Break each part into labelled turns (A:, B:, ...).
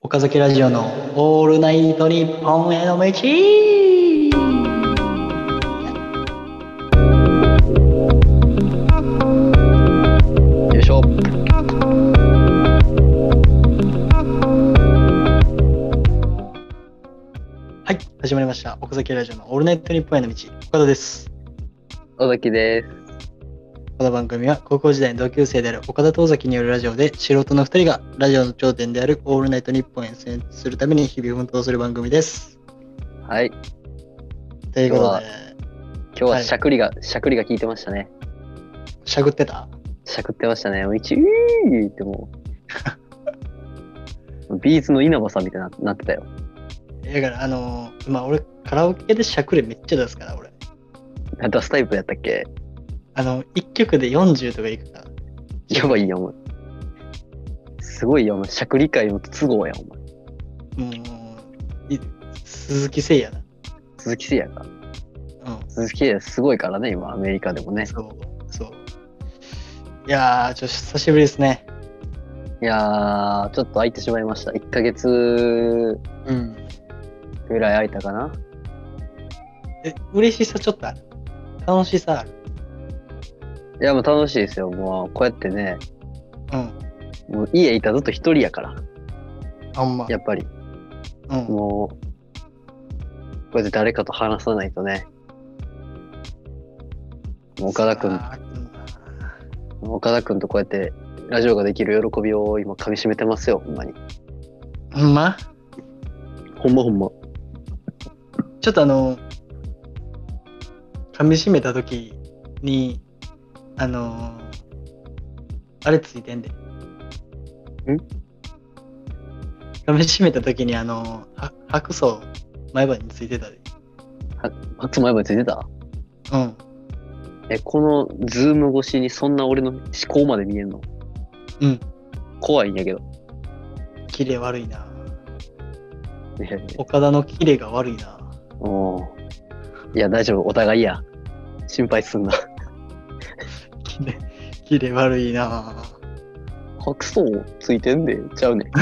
A: 岡崎ラジオのオールナイトニッポンへの道よいしょはい始まりました岡崎ラジオのオールナイトニッポンへの道岡田です
B: 尾崎です。
A: この番組は高校時代の同級生である岡田と尾崎によるラジオで素人の2人がラジオの頂点であるオールナイトニッポンへ出演するために日々奮闘する番組です。
B: はい。
A: ということで、
B: 今日ははいしゃくりが、しゃくりが効いてましたね。
A: しゃぐってた
B: しゃくってましたね。もう一、うーってもう。 ビーズの稲葉さんみたいにななってたよ。
A: だから、あのーまあ、俺、カラオケでしゃくれめっちゃ出すから、俺。
B: あ出すタイプやったっけ
A: あの、1曲で40とかいくから。
B: やばいやん、お前。すごいよ、お前。しゃくり界の都合やん、お前。
A: もう、い鈴木誠也だ。
B: 鈴木誠也か。
A: う
B: 鈴木誠也すごいからね、今、アメリカでもね
A: ん。。そう、そう。いやー、ちょっと久しぶりですね。
B: いやー、ちょっと空いてしまいました。1ヶ月
A: うん。
B: ぐらい空いたかな。
A: え、嬉しさちょっとある。楽しさある。
B: いや、もう楽しいですよ。もう、こうやってね、
A: うん。
B: もう家いたらずっと一人やから、
A: あんま。
B: やっぱり。
A: うん。
B: もう、こうやって誰かと話さないとね。もう岡田くん、
A: さあうん
B: 岡田くんとこうやってラジオができる喜びを今噛み締めてますよ、ほんまに。
A: ほんま
B: ほんまほんま。
A: ちょっとあの、噛み締めた時に、あのーあれついてんで。ん噛み締めた時に、あのーは白草、前歯についてたで。
B: 初前までついてた
A: うん。
B: え、このズーム越しにそんな俺の思考まで見えんの
A: うん。
B: 怖いんやけど。
A: キレ悪いな。
B: いやいや
A: 岡田のキレが悪いな。
B: おういや、大丈夫。お互いや。心配すんな。
A: キレ、キレ悪いな。
B: 白草ついてんで、ちゃうねん。
A: ま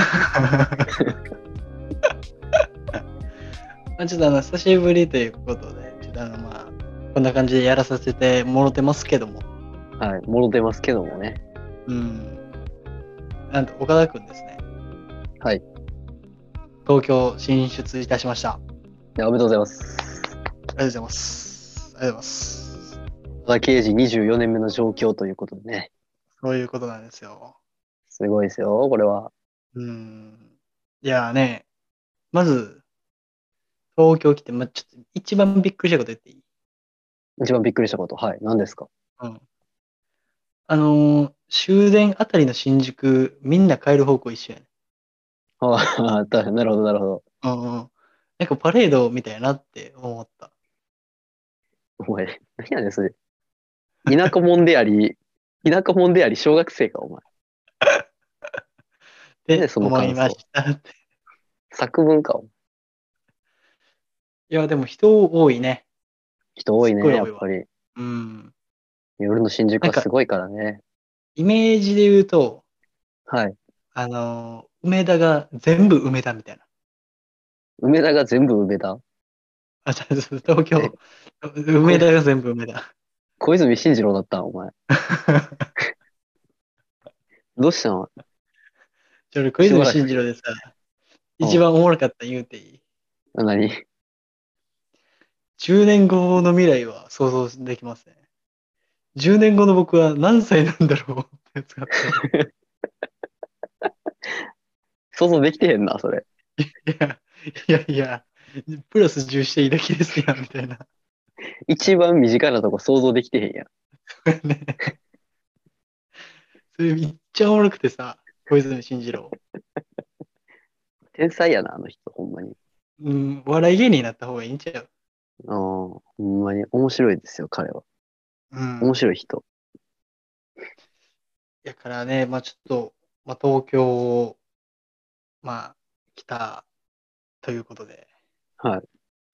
A: あちょっとあの、久しぶりということで、ちょっとあの、まあ、こんな感じでやらさせてもろてますけども。
B: はい。もろてますけどもね。
A: うん。なんと、岡田くんですね。
B: はい。
A: 東京進出いたしました。あ
B: いやおめでとうございます。
A: りがとうございます。ありがとうございます。
B: 小田刑事24年目の状況ということでね。
A: そういうことなんですよ。
B: すごいですよ、これは。
A: うん。いやーね、まず、東京来て、まあ、ちょっと一番びっくりしたこと言っていい
B: 一番びっくりしたこと。はい。何ですか
A: うん。あのー終電あたりの新宿、みんな帰る方向一緒やね。
B: あ あ、だなるほど、なるほど。
A: うんうん。なんかパレードみたいなって思った。
B: お前、何やねん、それ。田舎もんであり、田舎もんであり、小学生か、お前。
A: で、
B: ねその感
A: 思い
B: 想
A: ました。 い
B: 作文か、お前
A: や、でも人多いね。
B: 人多いね、
A: すっごい
B: や
A: 多
B: っ
A: いわ
B: ぱり。
A: うん。
B: 夜の新宿
A: なん
B: は
A: か
B: すごいからね。
A: イメージで言うと、
B: はい。
A: あのー梅田が全部梅田みたいな。
B: 梅田が全部梅田。
A: あ、ちゃう東京、梅田が全部梅田。
B: 小泉進次郎だったん、お前。どうしたの
A: ちょ、俺小泉進次郎でさ、
B: うん
A: 一番おもろかった言うていい
B: 何
A: 10年後の未来は想像できますね。10年後の僕は何歳なんだろうってやつがあっ
B: 想像できてへんな、それ。
A: て。いや、いやいや、プラス10していいだけですやん、みたいな。
B: 一番身近なとこ想像できてへんやん。
A: ねそれめっちゃおもろくてさ、小泉進次郎。
B: 天才やな、あの人、ほんまに。
A: うん、笑い芸人になった方がいいんちゃう
B: ああ、ほんまに面白いですよ、彼は。
A: うん。
B: 面白い人。
A: だからね、まあちょっと、まあ東京を、まあ来たということで。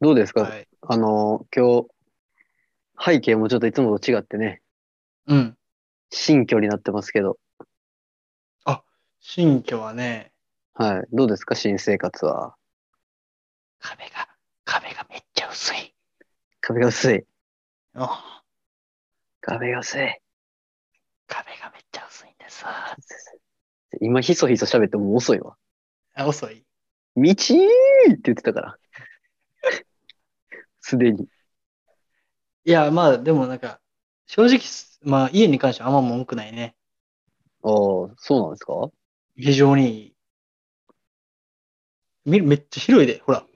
B: どうですか、
A: はい。
B: あのー、今日、背景もちょっといつもと違ってね、
A: うん。
B: 新居になってますけど、
A: 新居はね、
B: はい。どうですか新生活は。
A: 壁が、壁がめっちゃ薄い。
B: 壁が薄い。
A: おう
B: 壁が薄い。
A: 壁がめっちゃ薄いんです。
B: 今、ひそひそ喋ってもう遅いわ。
A: あ、遅い。
B: 道ーって言ってたから。 すでに。
A: いや、まあ、でもなんか、正直す、まあ、家に関してはあんま文句ないね。
B: ああ、そうなんですか
A: 非常にいい。みめっちゃ広いで、ほら。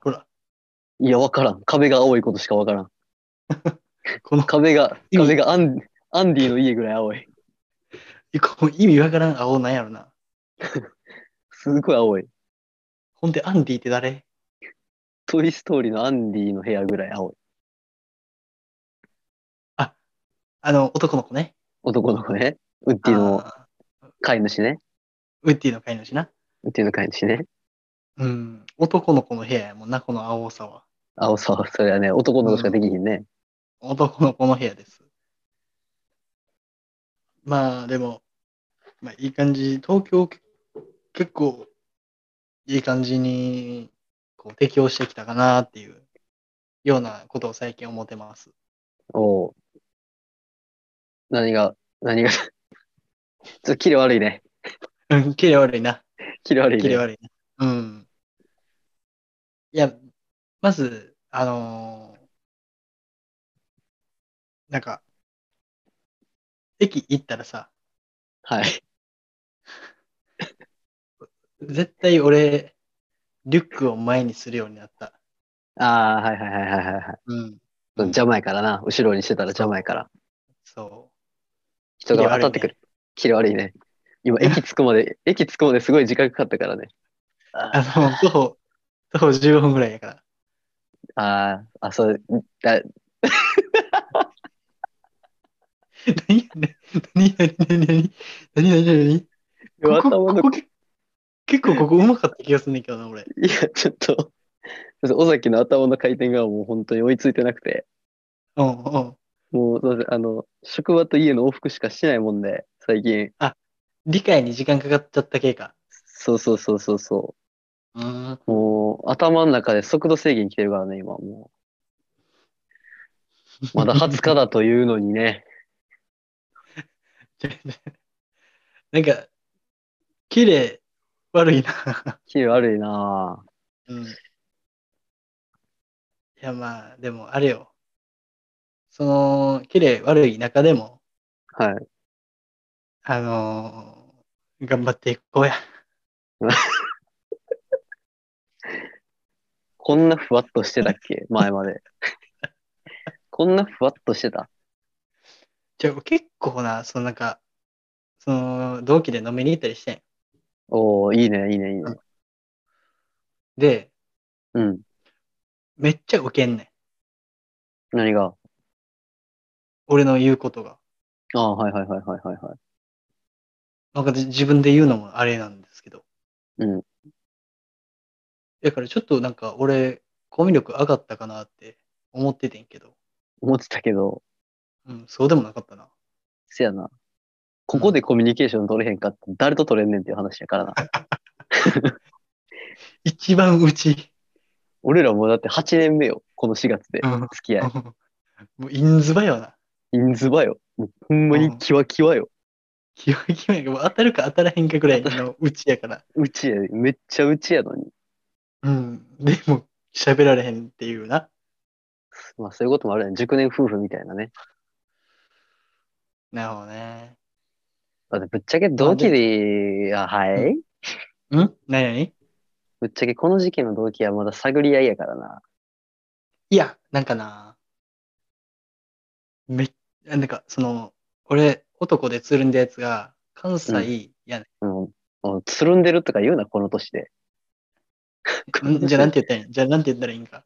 A: ほら、
B: いや、わからん。壁が青いことしかわからん。
A: この、
B: 壁が、
A: 意味
B: 壁がアンアンディの家ぐらい青い。
A: この意味わからん青なんやろな。
B: すごい青い。
A: ほんで、アンディって誰
B: トイ・ストーリーのアンディの部屋ぐらい青い。
A: あの、男の子ね。
B: 男の子ね。ウッディの
A: あ
B: 飼い主ね。
A: ーウッディの飼い主な。
B: ウッディの飼い主ね。
A: うん。男の子の部屋やもんな、この青さは。
B: 青さは、それはね、男の子しかできひんね。
A: 男の子の部屋です。まあ、でも、まあ、いい感じ。東京、け結構、いい感じに、こう、適応してきたかなっていう、ようなことを最近思ってます。
B: おう何が、何が、 ちょっとキレ悪いね。
A: うん、キレ悪いな。
B: キレ悪いね。
A: キレ悪いな。うん。いや、まず、あのーなんか、駅行ったらさ、
B: はい。
A: 絶対俺、リュックを前にするようになった。
B: ああ、はいはいはいはいはい。
A: うん。
B: 邪魔やからな。後ろにしてたら邪魔やから。
A: そ
B: 人が当たってくる。キレ悪いね。今、駅着くま で、駅着くまですごい時間かかったからね。
A: う。あの、徒歩、 徒歩15分ぐらいやから。
B: ああ、あ、そう、だ、
A: 何何何何何何何何何ここ
B: 頭の
A: ここけ結構ここうまかった気がすんねんけどな、俺。
B: いや、ちょっと、尾崎の頭の回転がもう本当に追いついてなくて、
A: うんうん。
B: もうすいません、あの、職場と家の往復しかしてないもんで、最近。
A: 理解に時間かかっちゃった系か。
B: そうそうそうそうそ
A: うん。
B: う。もう、頭の中で速度制限来てるからね、今もう。まだ20日だというのにね。
A: なんか、綺麗悪いな。
B: 気悪いなぁ。
A: うん。いや、まあ、でも、あれよ。その、綺麗悪い中でも、
B: はい。
A: あのー頑張っていこうや。
B: こんなふわっとしてたっけ前まで。こんなふわっとしてた。
A: じゃあ結構な、そのなんか、その、同期で飲みに行ったりしてん。
B: おー、いいね、いいね、いいね。
A: で、
B: うん。
A: めっちゃウケんねん。
B: 何が
A: 俺の言うことが。
B: ああ、はいはいはいはいはいはい。
A: なんかじ自分で言うのもあれなんですけど。
B: うん。
A: だからちょっとなんか俺、コミュ力上がったかなって思っててんけど。
B: 思ってたけど、
A: うん、そうでもなかったな。
B: せやな。ここでコミュニケーション取れへんかって、誰と取れんねんっていう話やからな。
A: 一番うち。
B: 俺らもうだって8年目よ、この4月で。
A: うん
B: 付き合い。
A: もう、インズバよな。
B: インズバよ。もうほんまにキワキワよ。
A: 気は気はもう当たるか当たらへんかぐらいのうちやから。
B: うちやで、めっちゃうちやのに。
A: うん。でも、喋られへんっていうな。
B: まあそういうこともあるやん。熟年夫婦みたいなね。
A: なるほどね。
B: だってぶっちゃけ同期で、あ、はい。
A: ん何何
B: ぶっちゃけこの時期の同期はまだ探り合いやからな。
A: いや、なんかな。めっなんか、その、俺、男でつるんだやつが、関西やね、
B: うん。もうつるんでるとか言うな、この年で。
A: ん。 じゃあ、なんて言ったらいいんじゃあ、なんて言ったらいいんか。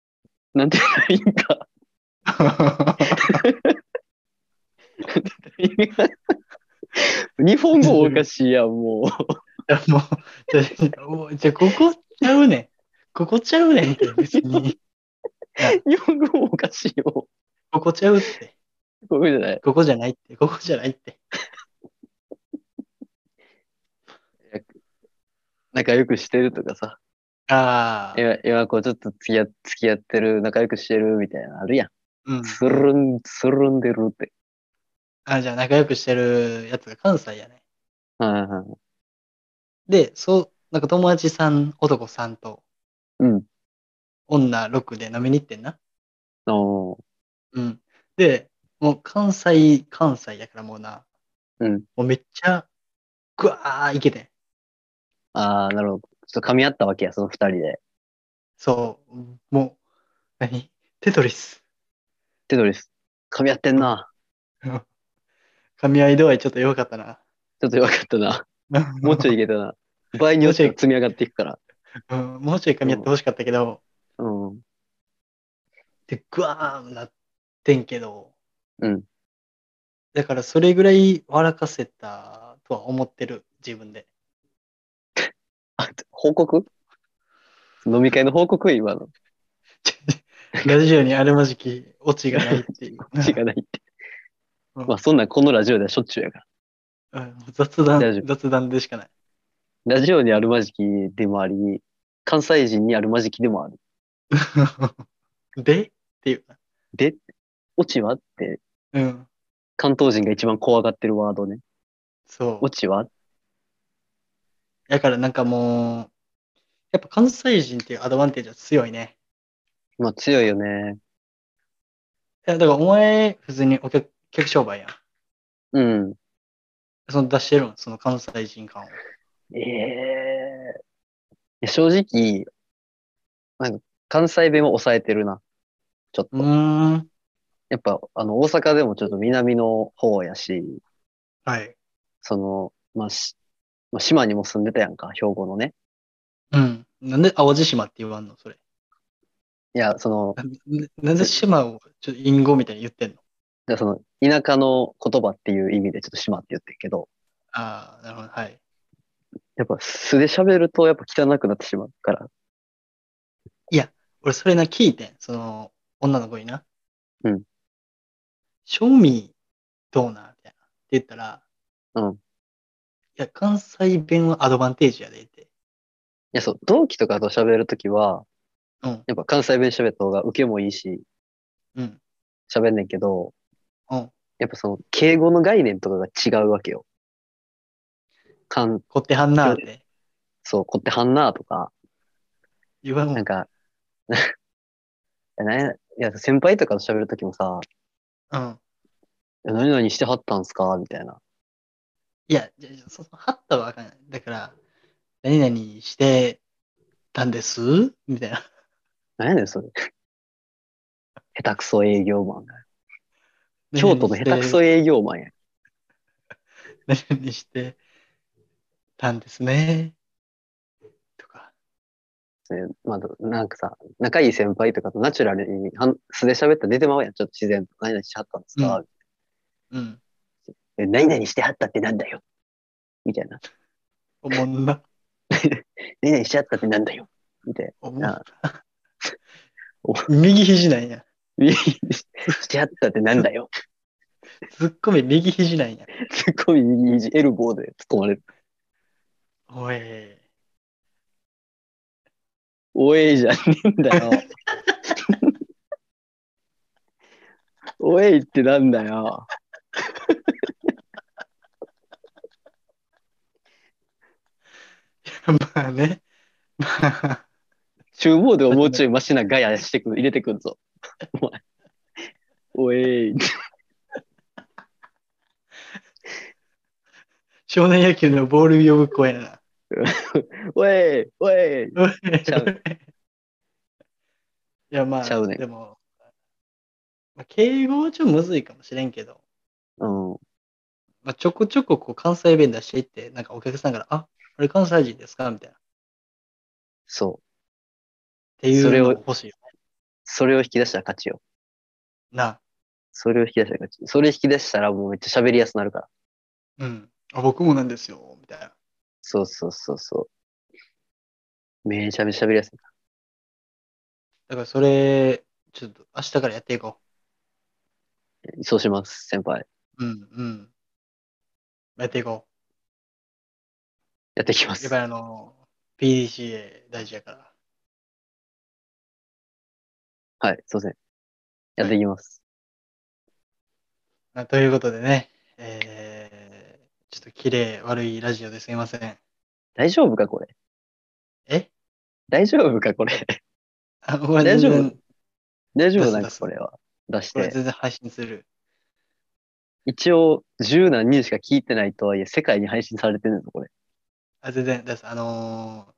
B: なんて言ったらいいんか。 日本語おかしいやん、もう。
A: いやもうじゃあもう、じゃあ、ここちゃうねん。ここちゃうねんって、別に。
B: 日本語もおかしいよ。
A: ここちゃうって。
B: ごめんなさい。
A: ここじゃないって。ここじゃないって。
B: 仲良くしてるとかさ、
A: ああ、
B: 今、今こうちょっと付き合付き合ってる、仲良くしてるみたいなのあるやん。
A: うん。
B: つるん、つるんでるって。
A: あじゃあ仲良くしてるやつが関西やね。
B: はいはい。
A: で、そう、なんか友達さん、男さんと
B: うん。
A: 女6で飲みに行ってんな。
B: おー
A: うん。で、もう関西、関西やからもうな、
B: うん。
A: もうめっちゃ、ぐわーいけてん。
B: ああ、なるほど。ちょっと噛み合ったわけや、その二人で。
A: そう、もう、何テトリス。
B: テトリス。噛み合ってんな。
A: 噛み合い度合いちょっと弱かったな。
B: ちょっと弱かっ たな。もうちょいいけたな。倍によって積み上がっていくから。
A: うんもうちょい噛み合ってほしかったけど、
B: うん。
A: で、ぐわーんなってんけど、
B: うん。
A: だからそれぐらい笑かせたとは思ってる、自分 で。
B: あ、報告飲み会の報告今の。
A: ラジオにあるまじきオチがないっていう。
B: 違がないっ
A: う
B: て。
A: ん
B: まあそんなんこのラジオではしょっちゅうやから。
A: うん雑
B: 大丈
A: 談、
B: 夫
A: 雑談でしかない。
B: ラジオにあるまじきでもあり、関西人にあるまじきでもある。
A: でっていう。
B: で、オチはって、
A: うん。
B: 関東人が一番怖がってるワードね。
A: そう
B: オ。チは
A: だからなんかもう、やっぱ関西人っていうアドバンテージは強いね。
B: まあ強いよね。
A: いや、だからお前、普通にお客、客商売やん。
B: うん。
A: その出してるん、その関西人感を。
B: ええいや正直、なんか関西弁を抑えてるな。ちょっと。
A: うーん。
B: やっぱ、あの、大阪でもちょっと南の方やし、
A: はい。
B: その、まあ、し、まあ、島にも住んでたやんか、兵庫のね。
A: うん。なんで淡路島って言わんのそれ。
B: いや、その、
A: なんでなんで島をちょっと隠語みたいに言ってんの
B: じゃあその、田舎の言葉っていう意味でちょっと島って言ってるけど、
A: ああ、なるほど。はい。
B: やっぱ素で喋るとやっぱ汚くなってしまうから。
A: 俺、それな、聞いてん。その、女の子にな。
B: うん。
A: 賞味、どうなみたいな。って言ったら、
B: うん
A: いや、関西弁はアドバンテージやでって。
B: いや、そう、同期とかと喋るときは、
A: うん。
B: やっぱ関西弁喋った方が受けもいいし、
A: うん。
B: 喋んねんけど、
A: うん。
B: やっぱその、敬語の概念とかが違うわけよ。かん、
A: こってはんなーって。
B: そう、こってはんなーとか、
A: 言わんも
B: なん
A: ん。
B: か、 なんや、いや、先輩とかと喋るときもさ、
A: うん。
B: いや何々してはったんすかみたいな。
A: いや、じゃじゃその、はったはあかんない。だから、何々してたんですみたいな。
B: 何やねん、それ。 下手くそ営業マン。京都の下手くそ営業マンや。
A: 何 々してたんですね。とか。
B: それまあ、なんかさ、仲いい先輩とかとナチュラルにはん素で喋ったら出てまうやん。ちょっと自然と。何々してはったんですか、
A: うん。
B: え何々してはったってなんだよ。みたいな。
A: おもんな。
B: 何々してはったってなんだよ。みたいな。
A: おもんな
B: お。
A: 右肘なんや。
B: してはったってなんだよ。
A: ツッコミ右肘なんや。
B: ツッコミ右肘、エルボーで突っ込まれる。
A: おい。
B: おえいじゃねえんだよ。おえいってなんだよ。
A: まあね。まあ、
B: 厨房でももうちょいマシなガヤしてくる、入れてくるぞ。お前。おえい。
A: 少年野球のボール呼ぶ声やな。
B: おえい。おえい。
A: おい
B: ちゃう
A: いや、ま
B: ちゃう
A: あ、
B: ね
A: でも、まあ、敬語はちょっとむずいかもしれんけど、
B: うん。
A: まあ、ちょこちょここう関西弁出していって、なんかお客さんから、あ、あれ関西人ですかみたいな。っ
B: そう。
A: てい
B: そうれ
A: の
B: を
A: 欲しいよ
B: それを引き出したら勝ちよ。
A: な。
B: それを引き出したら勝ち。それ引き出したらもうめっちゃ喋りやすくなるから。
A: うん。あ、僕もなんですよ、みたいな。
B: そうそうそうそう。めちゃめちゃ喋りやすい。
A: だからそれ、ちょっと明日からやっていこ
B: そうします、先輩。
A: う。うん、うん。やっていこ
B: やってきま
A: う。や
B: す
A: っぱ。りあの、 PDCA 大事やから。
B: はい、すいません。やっていきます。
A: まあということでね、えー、ちょっと綺麗悪いラジオですいません。
B: 大丈夫か、これ。
A: え
B: 大丈夫か、これ。
A: あこれ
B: 大丈夫
A: 全然
B: 大丈夫な
A: 出す
B: んか、
A: 出す
B: これは。出し
A: これ
B: て。
A: 全然配信する。
B: 一応、十何人しか聞いてないとはいえ、世界に配信されてるの、これ。
A: あ、全然出す。あのー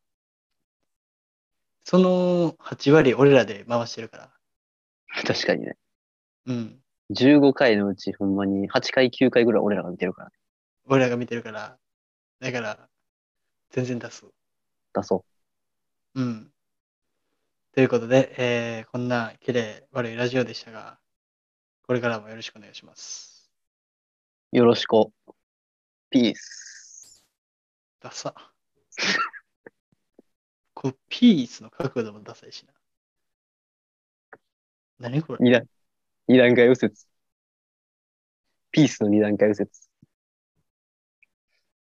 A: その8割俺らで回してるから。
B: 確かにね。
A: うん。
B: 15回のうち、ほんまに8回、9回ぐらい俺らが見てるから、
A: 俺らが見てるから。だから、全然出す。
B: 出そ
A: うん。ということで、えーこんな綺麗悪いラジオでしたが、これからもよろしくお願いします。
B: う。よろしく。ピース。
A: ダサ。こう、ピースの角度もダサいしな。何これ
B: 二段、二段階右折。ピースの二段階右折。